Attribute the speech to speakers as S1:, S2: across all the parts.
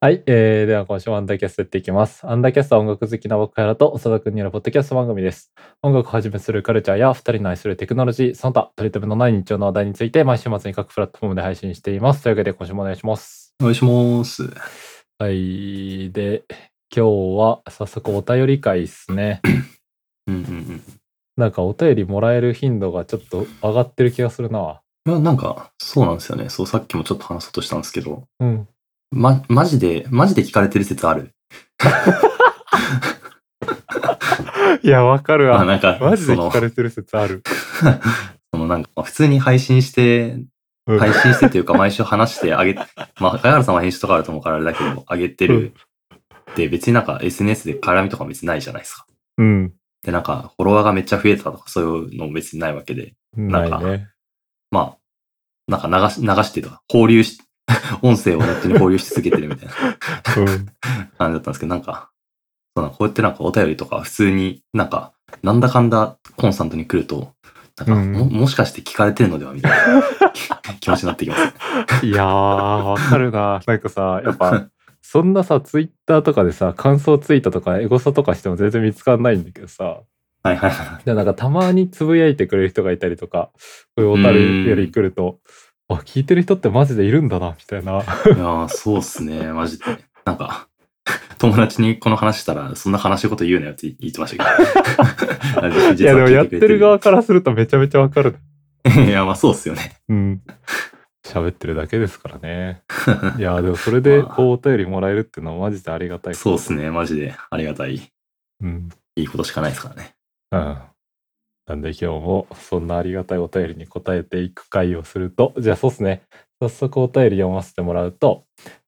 S1: はい、えー、では今週もアンダーキャストやっていきます。アンダーキャストは音楽好きな僕からと長田君によるポッドキャスト番組です。音楽をはじめするカルチャーや二人の愛するテクノロジー、その他、取り留めのない日常の話題について毎週末に各プラットフォームで配信しています。というわけで今週もお願いします。
S2: お願いします。
S1: はい、で、今日は早速お便り会ですね。
S2: うんうんうん。
S1: なんかお便りもらえる頻度がちょっと上がってる気がするな。
S2: まあなんか、そうなんですよね。そう、さっきもちょっと話そうとしたんですけど、
S1: うん。
S2: ま、マジで、マジで聞かれてる説ある。
S1: いや、わかる
S2: まあ。なんか、その、
S1: れてる説ある。
S2: そのなんか、普通に配信して、
S1: うん
S2: 配信してというか、毎週話してあげ、 まあ、貝原さんは編集とかあると思うからあれだけど、あげてる。で、別になんか SNS で絡みとかも別にないじゃないですか。
S1: うん。
S2: で、なんか、フォロワーがめっちゃ増えたとか、そういうのも別にないわけで、
S1: な
S2: ないんか
S1: ね。
S2: まあ、なんか流し、流してとか、交流し、 音声をネットに交流し続けてるみたいな。
S1: うん。
S2: 感じだったんですけど、なんか、そうなんこうやってなんかお便りとか普通になんか、なんだかんだコンスタントに来ると、なんか
S1: うん
S2: も、もしかして聞かれてるのではみたいな 気持ちになってきます。
S1: いやー、わかる な。なんかさ、やっぱ、そんなさ、ツイッターとかでさ、感想ツイートとか、エゴサとかしても全然見つかんないんだけどさ、
S2: はいはいはい。
S1: でなんかたまにつぶやいてくれる人がいたりとか、こういうおたるより来ると、あ、聞いてる人ってマジでいるんだな、みたいな。
S2: いやー、そうっすね、マジで。なんか、友達にこの話したら、そんな悲しいこと言うなよって言ってました けど。
S1: いや、でもやってる側からするとめちゃめちゃわかる。
S2: ら。いや、まあそうっすよね。
S1: うん。喋ってるだけですから ね。いや、でもそれで、
S2: まあ
S1: こう、お便りもらえるっていうのはマジでありがたい。
S2: そうっすね、マジで。ありがたい。い
S1: うん。
S2: いことしかないですからね。
S1: うん。なんで今日もそんなありがたいお便りに答えていく会をすると、じゃあそうですね。早速お便り読ませてもらうと、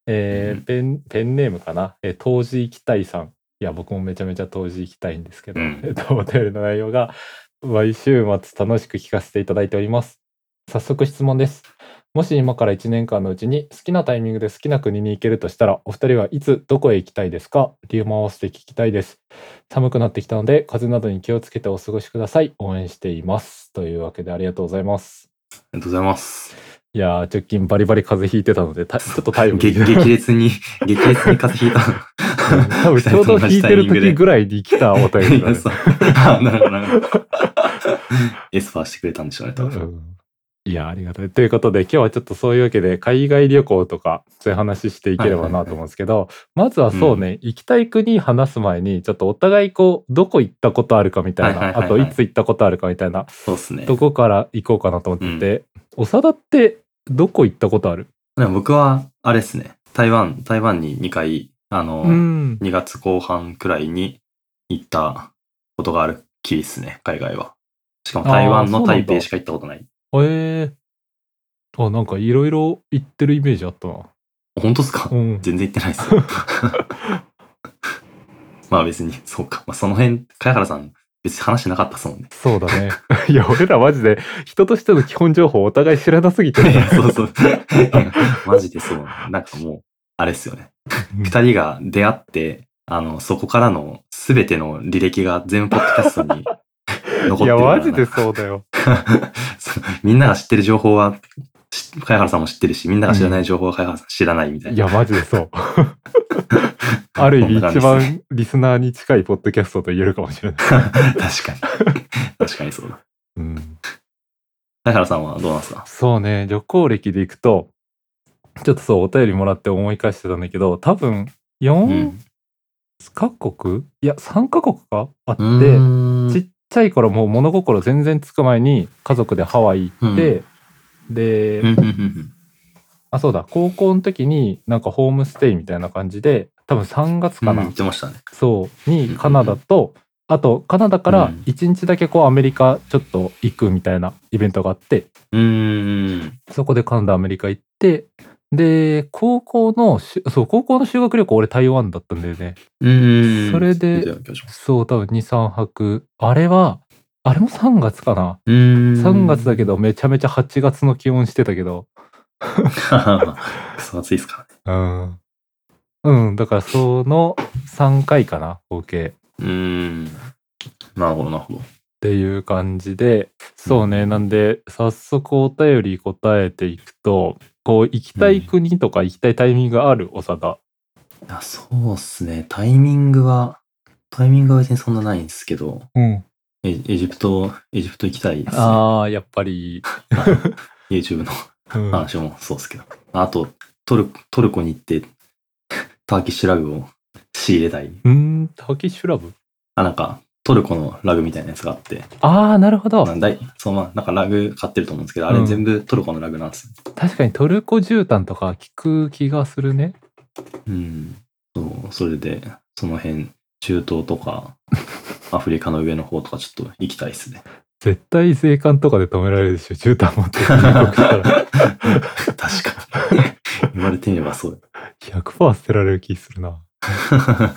S1: えー
S2: うん
S1: ペン、ペンネームかな。えー、当時行きたいさん。いや、僕もめちゃめちゃ当時行きたいんですけど、
S2: うん
S1: えっと、お便りの内容が、毎週末楽しく聞かせていただいております。早速質問です。もし今から1年間のうちに好きなタイミングで好きな国に行けるとしたら、お二人はいつどこへ行きたいですか理由も合わせて聞きたいです。寒くなってきたので、風邪などに気をつけてお過ごしください。応援しています。というわけでありがとうございます。
S2: ありがとうございます。
S1: いやー、直近バリバリ風邪ひいてたので、たちょっとタイム
S2: 激激烈に、激烈に風邪ひいた。
S1: 多分ちょうど引いてる時ぐらいに来たお便り
S2: い
S1: だ
S2: や、
S1: ね
S2: そう。あなるほど、なるほど。エスパーしてくれたんでしょうね、多
S1: う
S2: 分。
S1: んいや、ありがたい。ということで、今日はちょっとそういうわけで、海外旅行とか、そういう話していければなと思うんですけど、まずはそうね、行きたい国話す前に、ちょっとお互いこう、どこ行ったことあるかみたい
S2: はい
S1: な、
S2: はい
S1: あ
S2: はいは
S1: と
S2: い
S1: いつ行ったことあるかみたいな、
S2: そうですね。
S1: どこから行こうかなと思ってて、長田ってどこ行ったことある
S2: でも僕は、あれですね、台湾、台湾に2回、あの、
S1: ん。
S2: 2月後半くらいに行ったことがあるきりですね、海外は。しかも台湾
S1: あーそ
S2: の
S1: うなんだ
S2: 台北しか行ったことない。
S1: えー、あ、なんかいろいろ行ってるイメージあったな。
S2: 本当ですか、
S1: うん。
S2: 全然行ってない ですよ。まあ別に、そうか。まあその辺、貝原さん、別に話しなかったっすも んね。
S1: そうだね。いや、俺らマジで、人としての基本情報お互い知らなすぎてる
S2: いやそうそう。マジでそう。なんかもう、あれですよね。二人が出会って、あの、そこからの全ての履歴が全部ポッドキャス トに残って
S1: い
S2: る
S1: や、
S2: から
S1: マジでそうだよ。
S2: そうみんなが知ってる情報は、し貝原さんも知ってるし、みんなが知らない情報は貝原さん知らないみたい
S1: い
S2: な。
S1: や、マジで そう。ある意味
S2: こん
S1: 一
S2: な感じですね。
S1: 番リスナーに近いポッドキャストと言えるかもしれない。
S2: 確かに。確かにそうだ。
S1: うん、
S2: 貝原さんはどうなんですか
S1: そうね、旅行歴で行くと、ちょっとそう、お便りもらって思い返してたんだけど、多分
S2: う
S1: 4
S2: ん。
S1: カ国、いや、3カ国かあって、
S2: うん
S1: ちっちゃい頃もう物心全然つく前に家族でハワイ行って、で、
S2: うんうんうん
S1: あ、そうだ、高校の時になんかホームステイみたいな感じで、多分3月
S2: う
S1: か
S2: ん
S1: な、
S2: 言ってましたね。
S1: そう、
S2: うん
S1: にカナダと、あとカナダか
S2: う
S1: ら
S2: ん
S1: 1日だけこうアメリカちょっと行くみたいなイベントがあって、
S2: うーん。
S1: そこでカナダ、アメリカ行って、で、高校のし、そう、高校の修学旅行俺台湾だったんだよね。
S2: うーん。
S1: それで
S2: 見てたような気がします
S1: そう、多分2、3泊。あれは、あれも3月かな。
S2: うーん。
S1: 3月 だけどめちゃめちゃ8月の気温してたけど、
S2: クソ暑いっすか
S1: うん。うん、だからその3回かな、合計。
S2: らね。うーん。なるほど、なるほど。
S1: っていう感じで、そうね、なんで、早速お便り答えていくと、こう、行きたい国とか行きたいタイミングがある、長田。
S2: いや、そうっすね。タイミングは、タイミングは別にそんなないんですけど、
S1: うん。
S2: エエジプト、エジプト行きたいです、ね。
S1: ああ、やっぱり。
S2: YouTube の
S1: うん
S2: 話もそうっすけど。あと、トルコ、トルコに行って、ターキッシュラグを仕入れたい。
S1: うん、ターキッシュラブ
S2: あ、なんか、トルコのラグみたいなやつがあって、
S1: ああ、なるほど
S2: な。んだいそのまあ、なんかラグ買ってると思うんですけど、あれ全部トルコのラグなんですよ。
S1: 確かにトルコ絨毯とか聞く気がするね。
S2: うん。そう、それで、その辺、中東とか、アフリカの上の方とかちょっと行きたいですね。
S1: 絶対税関とかで止められるでしょ、絨毯持って入国したら。
S2: 確かに。 言われてみればそう。
S1: 100%捨てられる気するな。
S2: 確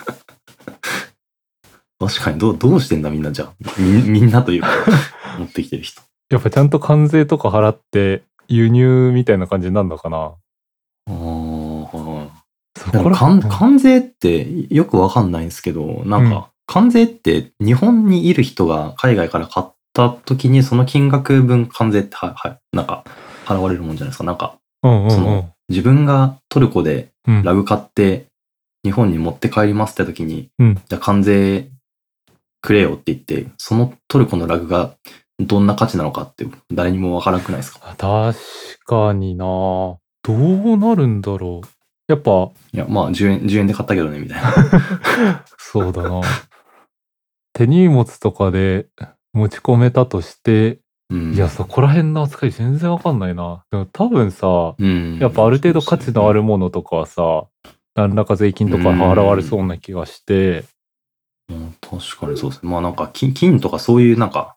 S2: かに、どう、どうしてんだみんなじゃあ。み、みんな というか、持ってきてる人。
S1: やっぱちゃんと関税とか払って輸入みたいな感じになるのかな。
S2: ああ、は
S1: そ
S2: い。で
S1: こ
S2: も
S1: ら
S2: 関、関税ってよくわかんないんですけど、なん
S1: うん
S2: か、関税って日本にいる人が海外から買った時にその金額分関税っては、は、なんか、払われるもんじゃないですか。なんか、
S1: うんうん
S2: そ
S1: うん
S2: の自分がトルコで
S1: うん。
S2: ラグ買って日本に持って帰りますって時に、
S1: うん
S2: じゃあ関税くれよって言って、そのトルコのラグがどんな価値なのかって誰にもわからなくないですか
S1: あ確かになどうなるんだろう。やっぱ、
S2: いや、まあ10円、10円で買ったけどね、みたいな。
S1: そうだ な手荷物とかで持ち込めたとして、
S2: うん、
S1: いや、そこら辺の扱い全然わかんないな。でも多分さ、
S2: うん。
S1: やっぱある程度価値のあるものとかはさ、何らか税金とか払われそうな気がして、
S2: うん確かにそうですね。まあなんか金、金とかそういうなんか、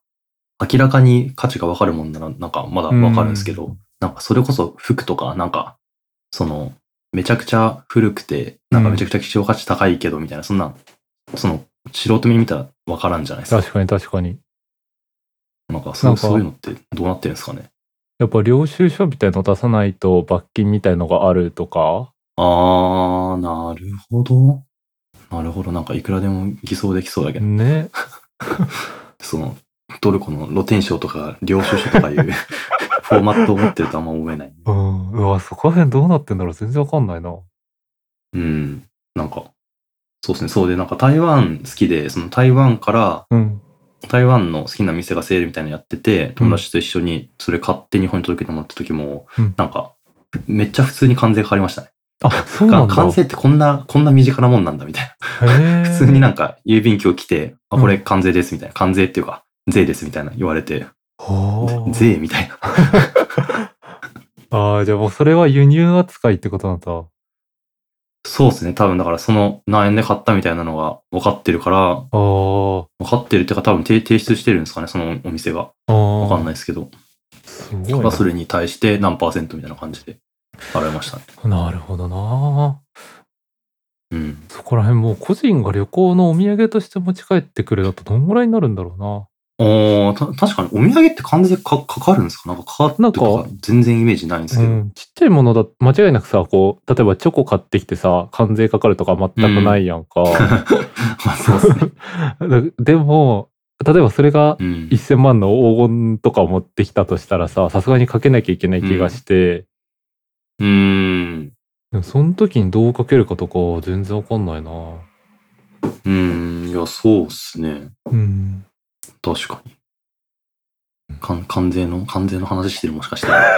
S2: 明らかに価値がわかるもんなら、なんかまだわかるんですけど、なんかそれこそ服とか、なんか、その、めちゃくちゃ古くて、なんかめちゃくちゃ希少価値高いけど、みたいな、そんな、その、素人目見たらわからんじゃないですか。
S1: 確かに確かに。
S2: なんかそ
S1: な
S2: うん
S1: か
S2: そういうのってどうなってるんですかね。
S1: やっぱ領収書みたいの出さないと罰金みたいのがあるとか、
S2: あー、なるほど。なるほど。なんかいくらでも偽装できそうだけど、
S1: ね。
S2: その、トルコの露天商とか領収書とかいう フォーマットを持ってるとあんま思えない。
S1: うん。うわ、そこら辺どうなってんだろう全然わかんないな。
S2: うん。なんか、そうですね。そうで、なんか台湾好きで、その台湾から、
S1: うん。
S2: 台湾の好きな店がセールみたいなのやってて、友達と一緒にそれ買って日本に届けてもらった時も、
S1: うん
S2: なんか、めっちゃ普通に関税変わりましたね。
S1: あ、そうなんだ。
S2: 関税ってこんな、こんな身近なもんなんだみたいな。普通に
S1: な
S2: なんか郵便局来て、あ、
S1: うん
S2: これ関税ですみたいな。関税っていうか、税ですみたいな言われて、税みたいな。
S1: ああ、じゃあもうそれは輸入扱いってことなんだ。
S2: そうですね。多分だからその何円で買ったみたいなのが分かってるから、
S1: あー
S2: 分かってるっていうか多分提提出してるんですかね、そのお店が。
S1: あー。。
S2: わかんないいですけど、
S1: すごい
S2: ま
S1: な
S2: あ。それに対して何パーセントみたいな感じで払いましたね。
S1: なるほどな。
S2: うん。
S1: そこら辺もう個人が旅行のお土産として持ち帰ってくるだとどんぐらいになるんだろうな。
S2: おーた確かにお土産って関税かかかるんですかなんかかかってると
S1: な
S2: か全然イメージないんですけど。
S1: うん、ちっちゃいものだ間違いなくさこう例えばチョコ買ってきてさ関税かかるとか全くないやん か、
S2: まあそうですね。
S1: だでも例えばそれが
S2: うん。
S1: 1000万の黄金とかを持ってきたとしたらささすがにかけなきゃいけない気がして、
S2: うーん。
S1: でもその時にどうかけるかとかは全然わかんないな
S2: うーん。いや、そうですね。
S1: うん
S2: 確かに。かん関税の、関税の話してるもしか したら。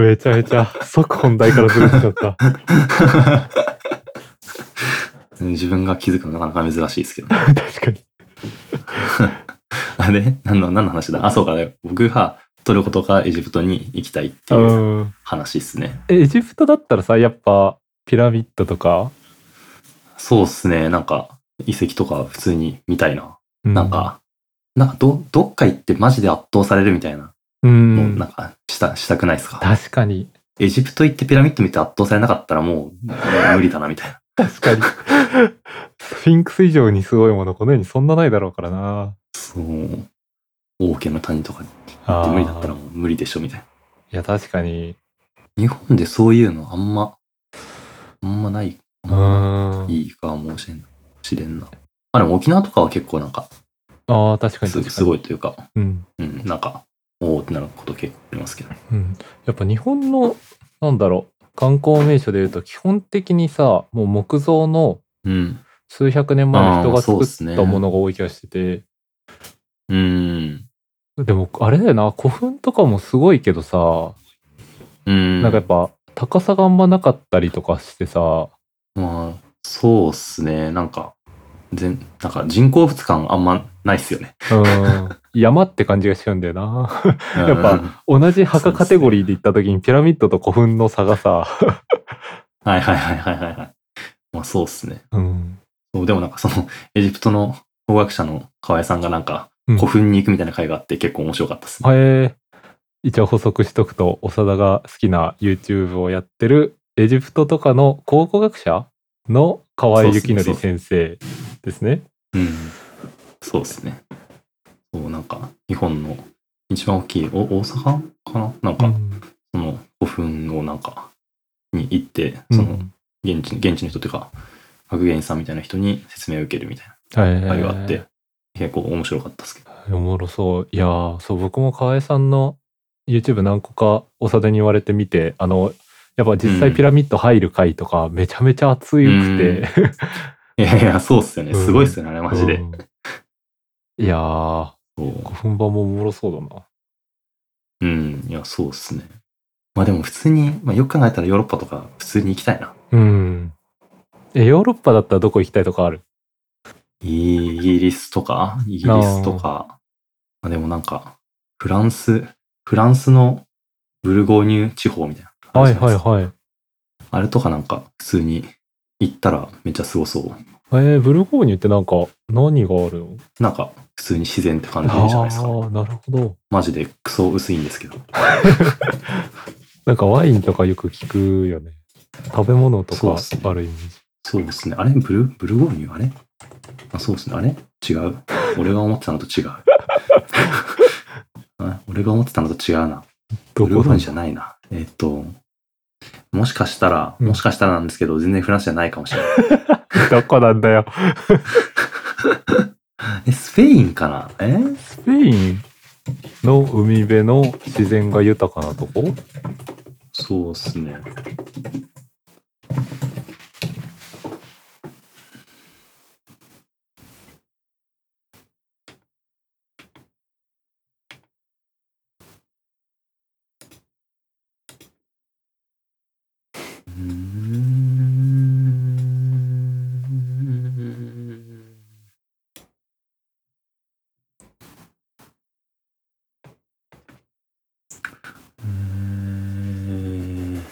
S1: めちゃめちゃ即本題からずれてちゃった
S2: 自分が気づくのなかなか珍しいですけど、
S1: 確かに
S2: あれ何の、何の話だあ、そうか、ね、僕がトルコとかエジプトに行きたいっていう
S1: うん
S2: 話ですね。
S1: えエジプトだったらさやっぱピラミッドとか、
S2: そうっすね。なんか、遺跡とか普通に見たいな。
S1: う
S2: なん、か、なんかど、どっか行ってマジで圧倒されるみたいな、
S1: う、
S2: もうんなんかした、したくないですか
S1: 確かに
S2: エジプト行ってピラミッド見て圧倒されなかったらもう、もう無理だなみたいな。
S1: 確かに。スフィンクス以上にすごいもの、この世にそんなないだろうからな。
S2: そう。王家の谷とかに行って無理だったら
S1: い
S2: もう無理でしょみたいな。
S1: や、確かに。
S2: 日本でそういうのあんま、あんまない。
S1: うーん。
S2: いいかもしれんしれんな。あ、でも沖縄とかは結構なんか、
S1: ああ、確かに
S2: す
S1: 確かに。
S2: すごいというか、
S1: うん。
S2: うん、なんか、おおってなること結構ありますけど。
S1: うん。やっぱ日本の、なんだろう、観光名所でいうと基本的にさもう木造の
S2: うん。
S1: 数百年前の人
S2: あ
S1: が
S2: ーそうっす
S1: 作
S2: ね
S1: ったものが多い気がしてて、
S2: うん。
S1: でもあれだよな古墳とかもすごいけどさ、
S2: うん。
S1: なんかやっぱ高さがあんまなかったりとかしてさ
S2: まあ、そうっすね。なんか、全、なんか人工物感あんまないっすよね。
S1: うん山って感じがしちゃうんだよな やっぱ
S2: うん
S1: 同じ墓カテゴリーで行った時にピラミッドと古墳の差がさ、
S2: はいはいはいはいはいはい。まあそうっすね。
S1: うん、
S2: そうでもなんかその、エジプトの法学者の河合さんがなんか、
S1: うん
S2: 古墳に行くみたいな回があって結構面白かったっすね。
S1: へえ一応補足しとくと長田が好きな YouTube をやってるエジプトとかの考古学者の河合幸則先生ですね。
S2: うん。そうっすね。そう、なんか、日本の一番大きい、お大阪かななんか、その古墳をなんか、に行って、
S1: うん
S2: その、現地、現地の人というか、学芸員さんみたいな人に説明を受けるみたいな会があって、結構面白かったですけど。
S1: へえおもろそういやーそう僕も河合さんの YouTube 何個か長田に言われてみてあのやっぱ実際ピラミッド入る回とかめちゃめちゃ熱いくて、
S2: いやいや、そうっすよね。すごいっすよね、あれマジで。
S1: うんいやー
S2: そう
S1: 古墳版もおもろそうだな
S2: うん、いや、そうっすね。まあでも普通に、まあよく考えたらヨーロッパとか普通に行きたいな。
S1: うんえヨーロッパだったらどこ行きたいとかある
S2: イギリスとか、イギリスとか、まあでもなんか、フランス、フランスのブルゴーニュ地方みたいな。
S1: はいはいはい
S2: あれとかなんか普通に行ったらめっちゃすごそう。
S1: えー、ブルゴーニュってなんか何があるの
S2: なんか普通に自然って感じ
S1: あ
S2: じゃないですか。
S1: ーなるほど
S2: マジでクソ薄いんですけど。
S1: なんかワインとかよく聞くよね食べ物と
S2: そう
S1: か
S2: っすね
S1: あるイメージ
S2: そうですね。あれブル、ブルゴーニュあれあ、そうですね。あれ違う。俺が思ってたのと違う。 あ俺が思ってたのと違うな。
S1: ど
S2: ブルゴ
S1: こ
S2: ーニ
S1: だ
S2: ュじゃないな。えっと、もしかしたら、
S1: うん
S2: もしかしたらなんですけど、全然フランスじゃないかもしれない。
S1: どこなんだよ
S2: え、スペインかなえ
S1: スペインの海辺の自然が豊かなとこ
S2: そうっすね。うーんうーん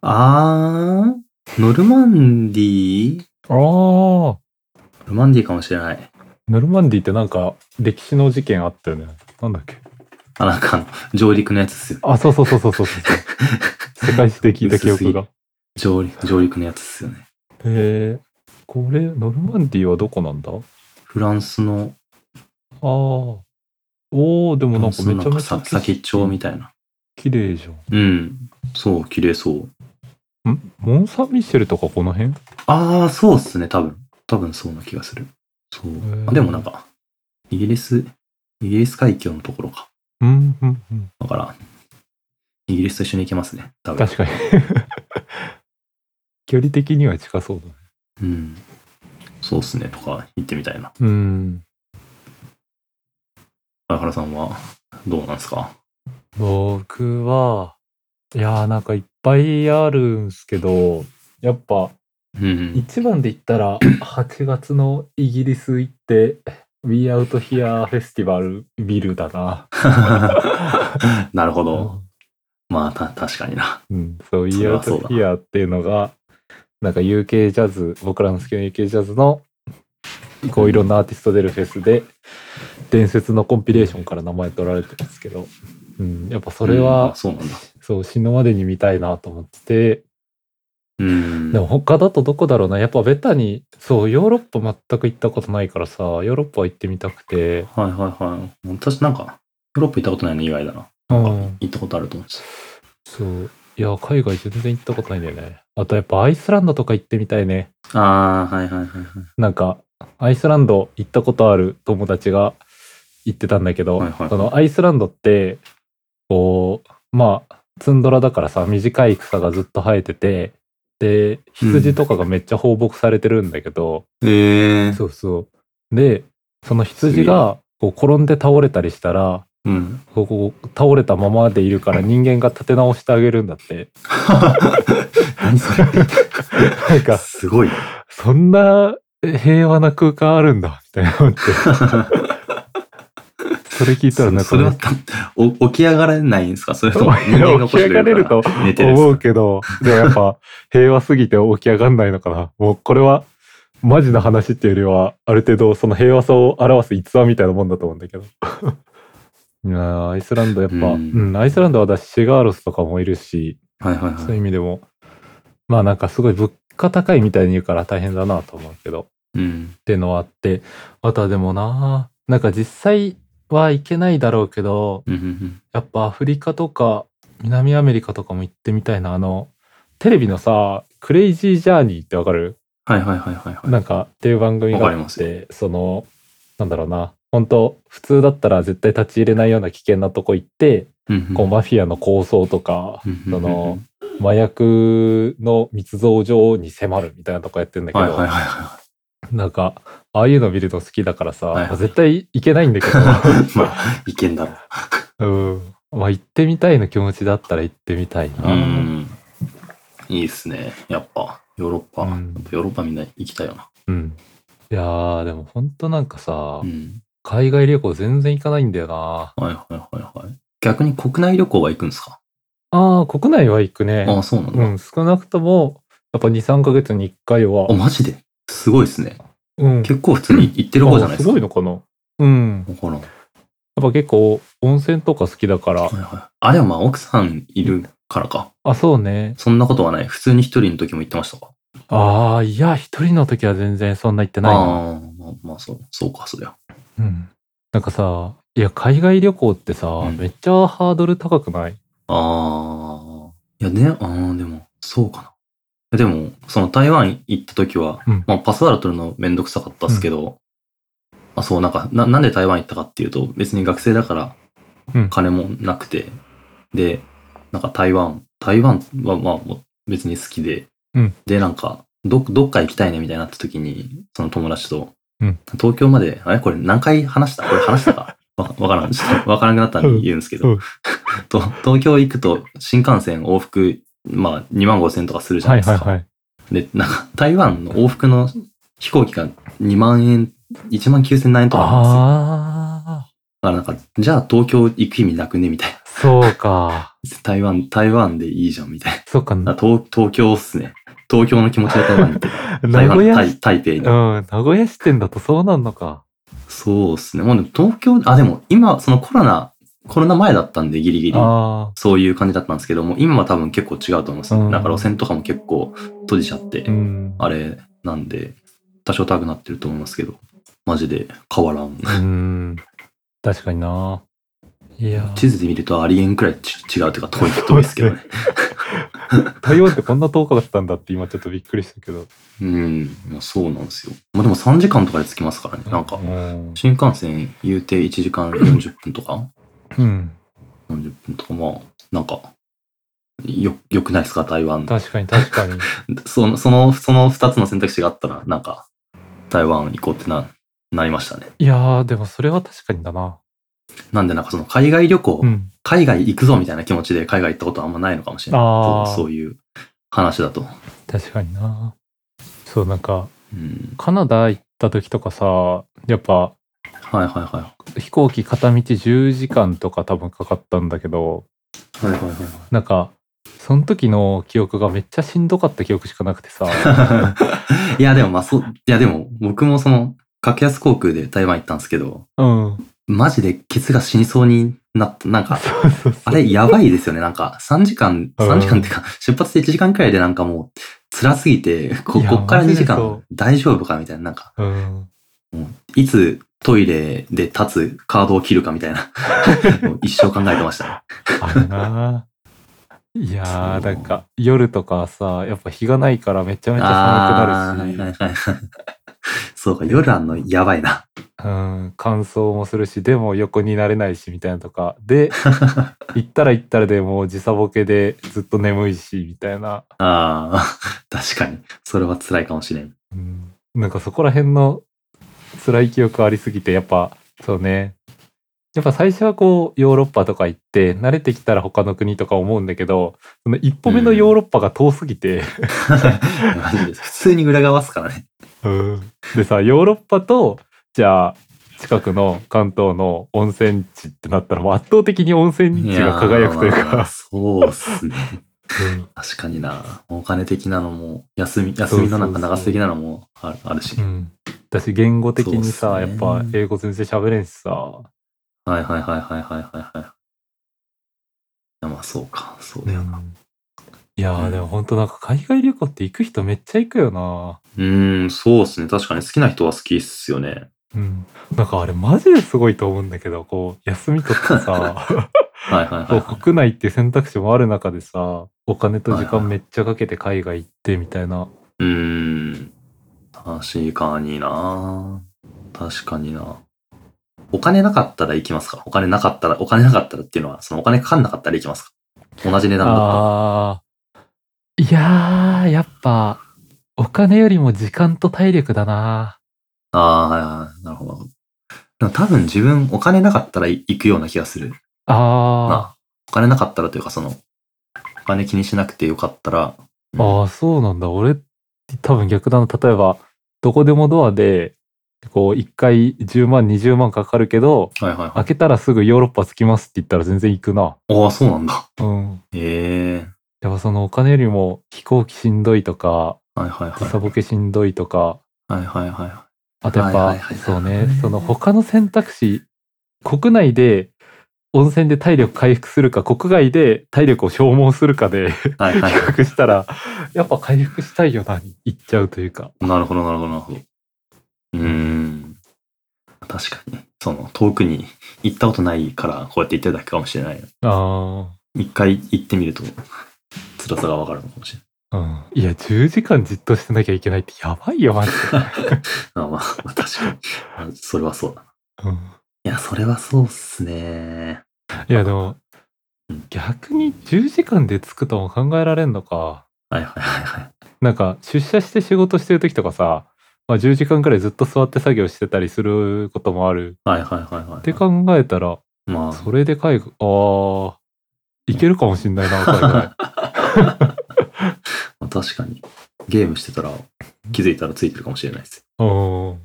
S2: あー、ノルマンディー
S1: ああ
S2: ノルマンディーかもしれない。
S1: ノルマンディってなんか歴史の事件あったよねなんだっけ
S2: あ、なんかあの、上陸のやつっすよ。
S1: あそうそうそうそうそうそう 世界史で聞いた記憶が
S2: 上陸、上陸のやつっすよね。
S1: えー、これノルマンディはどこなんだあ
S2: フランスの、
S1: あおおでもなんかめちゃめちゃ
S2: さ先っちょみたいな。
S1: 綺麗じゃん
S2: うん。そう、綺麗そう。
S1: モン・サン・ミッシェルとかこの辺
S2: あー、そうっすね、多分。多分そうな気がする。そう
S1: ー。
S2: あでもなんか、イギリス、イギリス海峡のところか。
S1: うんうんうん
S2: だから、イギリスと一緒に行けますね、多分。
S1: 確かに 距離的には近そうだね
S2: うん。そうっすね、とか行ってみたいな。
S1: うん
S2: 相原さんは、どうなんですか
S1: 僕は、いやーなんかいっぱいあるんすけど、やっぱ
S2: うん。
S1: 一番で言った ら8月のイギリス行って、We Out Here フェスティバルビルだな。
S2: なるほど。まあ、た、確かにな。
S1: うん、そう、イ
S2: それ
S1: ヤ
S2: は
S1: ーと
S2: そうだ
S1: イヤーっていうのが、なんか UK ジャズ、僕らの好きな UK ジャズの、こういろんなアーティスト出るフェスで、伝説のコンピレーションから名前取られてますけど、うん、やっぱそれ
S2: うんあ
S1: は、
S2: そうなんだ。
S1: そう、死ぬまでに見たいなと思ってて、
S2: うん。
S1: でも他だとどこだろうな、やっぱベタに、そう、ヨーロッパ全く行ったことないからさ、ヨーロッパは行ってみたくて、
S2: はいはいはい。私なんか、ヨーロッパ行ったことないの意外だな。
S1: うん、
S2: 行ったことあると思うんです。
S1: そう、いや、海外全然行ったことないんだよね。あとやっぱアイスランドとか行ってみたいね。
S2: ああ、はいはいはいはい。
S1: なんか、アイスランド行ったことある友達が言ってたんだけど、
S2: はいはい
S1: そのアイスランドって、こう、まあ、ツンドラだからさ、短い草がずっと生えてて、で、羊とかがめっちゃ放牧されてるんだけど、
S2: ええー。
S1: そうそう。で、その羊が、こう、転んで倒れたりしたら、
S2: うん。
S1: こうこう倒れたままでいるから人間が立て直してあげるんだって。
S2: 何それ。
S1: なんか、
S2: すごい。
S1: そんな平和な空間あるんだ、みたいな 思って。それ聞いたらなんか、
S2: それはお起き上がれないんですかそれとも人間が起こして
S1: 起き上がれる
S2: る
S1: と
S2: から寝てるんです
S1: 思
S2: か
S1: うけど、でもやっ ぱ平和すぎて起き上がんないのかな。もうこれはマジな話っていうよりは、ある程度その平和さを表す逸話みたいなもんだと思うんだけど。 いやーアイスランドやっぱ、う
S2: うん
S1: ん、アイスランドはだしシェガーロスとかもいるし、
S2: はいはい
S1: そう
S2: は
S1: う
S2: いい。
S1: 意味でも、まあなんかすごい物価高いみたいに言うから大変だなと思うけど、っ
S2: うん。
S1: ていうのはあって、あとはでもなー、なんか実際はいけないだろうけど、
S2: うんうんうん
S1: やっぱアフリカとか南アメリカとかも行ってみたいな。あの、テレビのさ、クレイジージャーニーってわかる
S2: はいはいはいはいはい。
S1: なんかっていう番組が
S2: わかり
S1: あっ
S2: ます
S1: て、その、なんだろうな。本当普通だったら絶対立ち入れないような危険なとこ行って、
S2: うんうん
S1: こうマフィアの構想とか、
S2: うんうんうん
S1: その、麻薬の密造所に迫るみたいなとこやってんだけど、
S2: はいはいはいは
S1: なんか、ああいうの見るの好きだからさ、
S2: はい
S1: まあ絶対行けないんだけど、
S2: い。 まあ、いけんだろ
S1: うん。まあ行ってみたいの気持ちだったら行ってみたいな。
S2: う。うん。いいっすね。やっぱ、ヨーロッパ。
S1: うん
S2: やっぱヨーロッパみんな行きたいよな。
S1: うん。いやー、でもほんとなんかさ、
S2: うん。
S1: 海外旅行全然行かないんだよな。
S2: はいはいはいはい。逆に国内旅行は行くんですか
S1: あー、国内は行く
S2: あ
S1: ね。
S2: あ、そうなん
S1: う
S2: だ。
S1: ん、少なくとも、やっぱ2、3ヶ月に1回は
S2: あ、、マジですごいっすね。
S1: うん。
S2: 結構普通に行ってる方じゃない
S1: あ
S2: ですすか。
S1: ごいのかな。うん。
S2: わからん。
S1: やっぱ結構、温泉とか好きだから
S2: は、いはい。あ、でもまあ奥さんいるからか。
S1: あ、そうね。
S2: そんなことはない。普通に一人の時も行ってましたか
S1: あー、いや、一人の時は全然そんな行ってないな。
S2: ああ、まあ、まあ、そう、そうか、そりゃ。
S1: うん。なんかさ、いや、海外旅行ってさ、
S2: うん
S1: めっちゃハードル高くない
S2: ああ、いやね、ああ、でも、そうかな。でも、その台湾行った時は、
S1: うん
S2: まあ、パスワール取るのめんどくさかったっすけど、あ、そう、なんかな、なんで台湾行ったかっていうと、別に学生だか
S1: うん
S2: ら、金もなくて、で、なんか台湾、台湾はまあ、もう別に好きで、
S1: うん
S2: で、なんか、ど、どっか行きたいねみたいになった時に、その友達と、
S1: うん
S2: 東京まで、あれこれ何回話したこれ話したかわわからん。ちょっとわからなくなったんで言うんですけど、
S1: うんうん
S2: と東京行くと新幹線往復、まあ2万5千とかするじゃな
S1: はいい
S2: ですか。
S1: はいはい。
S2: で、なんか台湾の往復の飛行機が2万円、1万9千何円とかなんですよ。
S1: あ
S2: だからなんか、じゃあ東京行く意味なくねみたいな。
S1: ー、そうか。
S2: 台湾、台湾でいいじゃんみたいな。
S1: そうか、
S2: だから東東京っすね。東京の気持ちで台湾って。
S1: 名
S2: 台
S1: 古
S2: 湾、
S1: 屋
S2: 台台北に。
S1: うん、名古屋支店だとそうなんのか。
S2: そうっすね。もうでも東京、あ、でも今、そのコロナ、コロナ前だったんでギリギリ。
S1: あ
S2: そういう感じだったんですけども、今は多分結構違うと思います。
S1: うん
S2: なんか路線とかも結構閉じちゃって、
S1: あ、うん。
S2: あれなんで、多少高くなってると思いますけど、マジで変わらん。
S1: うん。確かにな。いや、
S2: 地図で見るとありえんくらいち違うというか遠い、遠いですけどね。
S1: 台湾ってこんな遠かったんだって今ちょっとびっくりしたけど。
S2: うん、まあそうなんですよ。まあでも3時間とかで着きますからね。なんか
S1: う、ん。
S2: 新幹線言うて1時間40分とか、
S1: うん
S2: 40分とか、まあ、なんか、よ、よくないですか、台湾。
S1: 確かに確かに。
S2: その、その、その2つの選択肢があったら、なんか、台湾行こうってな、なりましたね。
S1: いやー、でもそれは確かにだな。
S2: なんでなんかその海外旅行、
S1: うん。
S2: 海外行くぞみたいな気持ちで海外行ったことはあんまないのかもしれない。
S1: あー
S2: そうそういう話だと。
S1: 確かにな。そう、なんか、
S2: うん。
S1: カナダ行った時とかさ、やっぱ
S2: はいはいは
S1: 飛行機片道10時間とか多分かかったんだけど、
S2: い。はいはいはい
S1: なんかその時の記憶がめっちゃしんどかった記憶しかなくてさ
S2: はい。いや、でもまあ、そう、いや、でも、僕もその、格安航空で台湾行ったんですけど、
S1: うん
S2: マジでケツが死にそうになった。なんか、
S1: そうそうそう
S2: あれ、やばいですよね。なんか、3時間、
S1: うん
S2: 3時間っていうか、出発で1時間くらいでなんかもう、辛すぎて、こ、
S1: いや
S2: こっから2時
S1: マジでそ
S2: 間、大丈夫かみたいな、なんか、
S1: うん
S2: いつトイレで立つカードを切るかみた いな、もう一生考えてましたね。
S1: あるなあいやー
S2: そう
S1: なんか夜とかさやっぱ日がないからめちゃめちゃ
S2: ああ
S1: 寒くなるし、
S2: ーはいはい はい。そうか、夜あんのやばいな。
S1: うん、乾燥もするしでも横になれないしみたいなとかで行ったら行ったらでもう時差ボケでずっと眠いしみたいな、
S2: ああ、確かに。それは辛いかもしれ ん。
S1: うん、なんかそこら辺の辛い記憶ありすぎてやっぱそうねやっぱ最初はこうヨーロッパとか行って慣れてきたら他の国とか思うんだけどその一歩目のヨーロッパが遠すぎて、
S2: マジで。普通に裏側っすからね。
S1: でさヨーロッパとじゃあ近くの関東の温泉地ってなったらもう圧倒的に温泉地が輝くという
S2: やーまあ
S1: か、
S2: そうっすね。
S1: うん
S2: 確かにな。お金的なのも、休み、休みのなんか
S1: そうそうそ
S2: 流
S1: う
S2: す的なのもあるあるし
S1: う。ん私言語的にさ、
S2: そうっ
S1: や
S2: す
S1: っ
S2: ね
S1: ぱ英語全然喋れんしさ、
S2: はいはいはいはいはいはいはい。いやまあそうか、そうだよな。
S1: いやー、
S2: うん
S1: でも本当なんか海外旅行って行く人めっちゃ行くよな
S2: うーん、そうっすね。確かに好きな人は好きっすよね。
S1: うんなんかあれマジですごいと思うんだけどこう休み取ってさ
S2: はいはいはい、
S1: こ
S2: は
S1: う
S2: い。
S1: 国内っていう選択肢もある中でさお金と時
S2: はいは
S1: 間
S2: い
S1: めっちゃかけて海外行ってみたいな
S2: うーん。確かにな確かになお金なかったら行きますかお金なかったら、お金なかったらっていうのは、そのお金かかんなかったら行きますか同じ値段だった
S1: あーいやーやっぱお金よりも時間と体力だな
S2: ああー、はいはい。なるほど。でも多分自分お金なかったら行くような気がする
S1: あ
S2: な。お金なかったらというか、その、お金気にしなくてよかったら、
S1: ーあーそうなんだ俺多分逆だな例えばどこでもドアでこう1回10万20万かかるけど
S2: はいはいはい。
S1: 開けたらすぐヨーロッパ着きますって言ったら全然行くな
S2: ああ、そうなんだ。
S1: うん
S2: へえ。
S1: やっぱそのお金よりも飛行機しんどいとか
S2: はいはいはい
S1: 時。差ボケしんどいとか
S2: はいはいはい。
S1: あとやっぱ
S2: はいはいはいはい
S1: そうねその他の選択肢国内で温泉で体力回復するか国外で体力を消耗するかで
S2: はいはい
S1: 比。較したらやっぱ回復したいよなにいっちゃうというか
S2: なるほど、なるほど、なるほど。うーん。確かに。その、遠くに行ったことないから、こうやって言ってるだけかもしれない。
S1: あ
S2: 一回行ってみると、辛さがわかるのかもしれない。
S1: あうんいや10時間じっとしてなきゃいけないってやばいよマジで、
S2: あまあ、まあ、確かにあ。それはそうだな。
S1: うん
S2: いや、それはそうっすね。
S1: いやでも
S2: うん
S1: 逆に10時間で着くとも考えられんのか
S2: はいはいはいはい。
S1: なんか出社して仕事してる時とかさ、まあ、10時間くらいずっと座って作業してたりすることもある
S2: はいはいはいはい。
S1: って考えたら、
S2: まあ、
S1: それで海外、ああ、いけるかもしんない な、海外。
S2: まあ確かに。ゲームしてたら、気づいたらついてるかもしれないです。
S1: うん。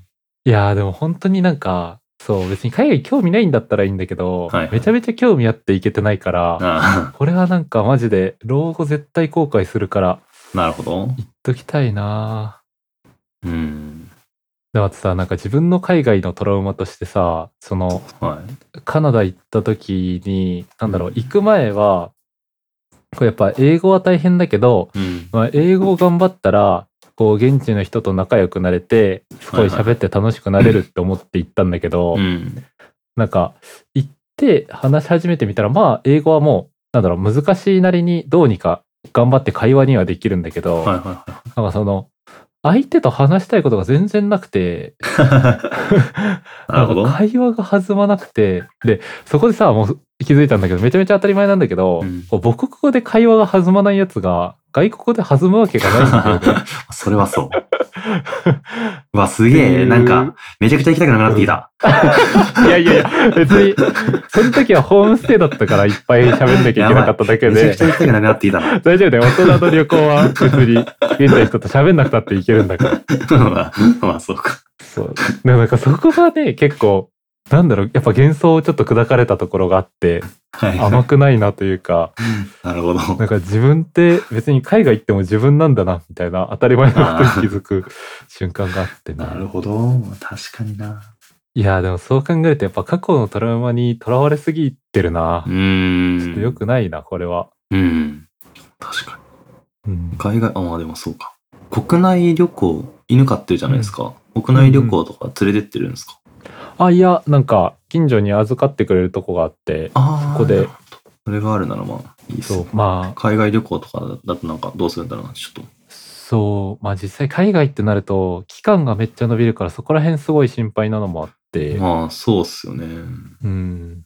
S1: いやー、でも本当になんか、そう、別に海外興味ないんだったらいいんだけど、
S2: はいはい
S1: めちゃめちゃ興味あっていけてないから、
S2: あ
S1: これはなんかマジで、老後絶対後悔するから、
S2: あ、 なるほど。
S1: 行っときたいな
S2: うん。
S1: でもあとさ、なんか自分の海外のトラウマとしてさ、その、
S2: はい。
S1: カナダ行った時に、なんだろう、行く前は、これやっぱ英語は大変だけど、
S2: うん。
S1: まあ、英語を頑張ったらこう現地の人と仲良くなれてすごい喋って楽しくなれるって思って行ったんだけど、
S2: うん。
S1: なんか行って話し始めてみたらまあ英語はもうなんだろう難しいなりにどうにか頑張って会話にはできるんだけど、
S2: はいは
S1: なんかその相手と話したいことが全然なくて
S2: い はい。なるほど
S1: んか。会話が弾まなくてでそこでさもう気づいたんだけどめちゃめちゃ当たり前なんだけど、
S2: うん
S1: こう母国語で会話が弾まないやつが外国語で弾むわけがないんだよね。
S2: それはそう。うわ、すげえ、なんか、めちゃくちゃ行きたくなくなってきた。
S1: いやいやいや、別に、その時はホームステイだったからいっぱい喋んなきゃいけなかっただけ
S2: めちゃ
S1: で
S2: くち、ゃ行きたくなくなってきたな。
S1: 大丈夫だよ。大人の旅行は別に、現在の人と喋んなくたっていけるんだから。
S2: まあ、まあ、そうか。
S1: そう。でもなんかそこがね、結構、なんだろう、やっぱ幻想をちょっと砕かれたところがあって、
S2: はい。
S1: 甘くないなというか、
S2: なるほど。
S1: なんか自分って別に海外行っても自分なんだな、みたいな当たり前のことに気づく瞬間があってね
S2: なるほど。確かにな。
S1: いや、でもそう考えるとやっぱ過去のトラウマにとらわれすぎてるな。
S2: う
S1: ちょ
S2: ー
S1: っ
S2: ん。
S1: と良くないな、これは。
S2: うん。確かに。
S1: うん。
S2: 海外、あ、まあでもそうか。国内旅行、犬飼ってるじゃないですか。国内旅行とか連れてってるんですか、
S1: あ、いや、なんか、近所に預かってくれるとこがあって、
S2: ああ。
S1: ここで
S2: なるほど。それがあるならまあ、いいっす
S1: そ
S2: ね
S1: う、まあ、
S2: 海外旅行とかだとなんかどうするんだろうな、ちょっと。
S1: そう、まあ実際海外ってなると、期間がめっちゃ伸びるから、そこら辺すごい心配なのもあって、
S2: まあ、そうっすよね。
S1: うん。
S2: うん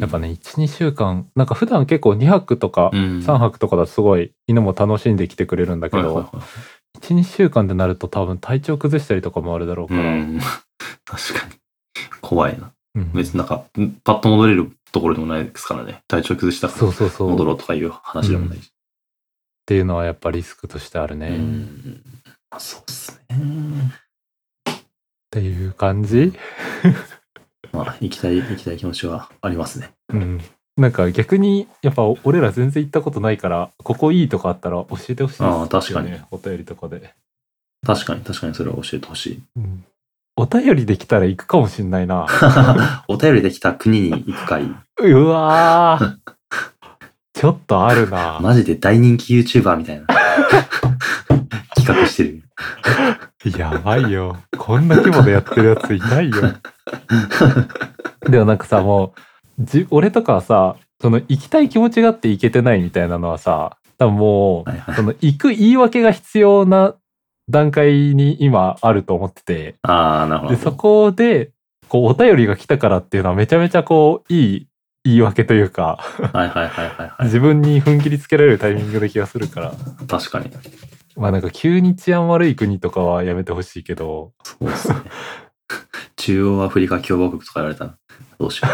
S1: やっぱ、ね、1、2週間、なんか普段結構2泊とか
S2: う、ん。
S1: 3泊とかだとすごい犬も楽しんできてくれるんだけ
S2: はいはい
S1: ど、
S2: はい
S1: 1、2週間でなると多分体調崩したりとかもあるだろう
S2: う
S1: から、
S2: ん。確かに。怖いな。
S1: うん
S2: 別になんか、パッと戻れるところでもないですからね。体調崩したから
S1: そうそうそう、
S2: 戻
S1: っ
S2: ろうとかいう話でもないし。
S1: ていうのはやっぱリスクとしてあるね。
S2: う
S1: っ
S2: ん。まあそうっすね。
S1: ていう感じ
S2: まあ、行きたい、行きたい気持ちはありますね。
S1: うん、なんか逆にやっぱ俺ら全然行ったことないからここいいとこあったら教えてほしいですよね
S2: ああ確かに
S1: お便りとかで、
S2: 確かに、確かにそれは教えてほしい。
S1: うん、お便りできたら行くかもしんない な
S2: お便りできた国に行く会、
S1: うわ ーちょっとあるな
S2: マジで大人気 YouTuber みたいな企画してる。
S1: やばいよこんな規模でやってるやついないよ でもなんかさもうじ俺とかはさその行きたい気持ちがあって行けてないみたいなのはさ多分もう
S2: はいはい
S1: その行く言い訳が必要な段階に今あると思ってて、
S2: ああ、なるほど。
S1: でそこで、こう、お便りが来たからっていうのはめちゃめちゃこう、いい言い訳というか、
S2: はいはいはいはい、は
S1: 自分に踏ん切りつけられるタイミングで気がするから、
S2: い。確かに。
S1: まあなんか急に治安悪い国とかはやめてほしいけど、
S2: そうですね。中央アフリカ共和国とか言われたらどうしよ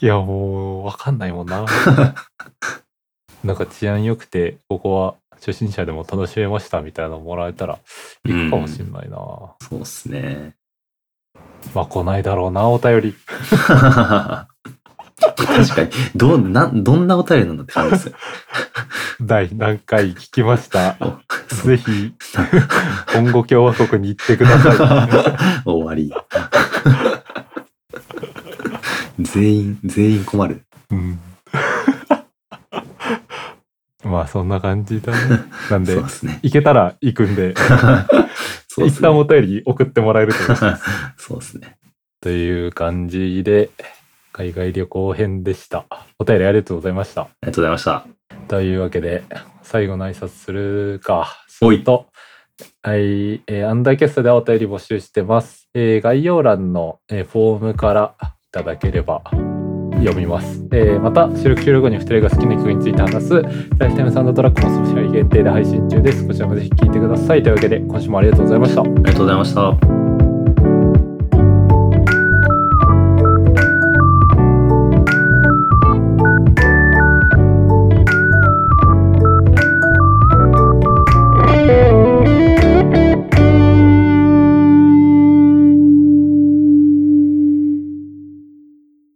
S1: いやもう、わかんないもん な。なんか治安良くて、ここは初心者でも楽しめましたみたいなのもらえたら、
S2: う。
S1: 行くかもし
S2: うん
S1: ないな。
S2: んそうですね。
S1: まあ来ないだろうな、お便り。
S2: 確かに。ど、な、どんなお便りなんだって感じ ですよ。
S1: 第何回聞きました。
S2: そ
S1: ぜ
S2: う
S1: ひ、今後共和国に行ってくださ
S2: 終わり。全員、全員困る。
S1: い。うん、 まあ、そんな感じだね。なん
S2: そ
S1: で
S2: う で、すね。
S1: 行けたら行くんで、
S2: そうで
S1: 一
S2: すね
S1: 旦。お便り送ってもらえると嬉しいです
S2: そうですね。
S1: という感じで、海外旅行編でした。お便りありがとうございました。
S2: ありがとうございました。
S1: というわけで、最後の挨拶するか。
S2: お
S1: えっ。と、はい、えーアンダーキャストではお便り募集してます。えー概要欄の、えーフォームからいただければ読みます。えーまた、収録終了後に2人が好きな曲について話す、ライフタイムサンドトラックもスペシャル限定で配信中です。こちらもぜひ聴いてください。というわけで、今週もありがとうございました。
S2: ありがとうございました。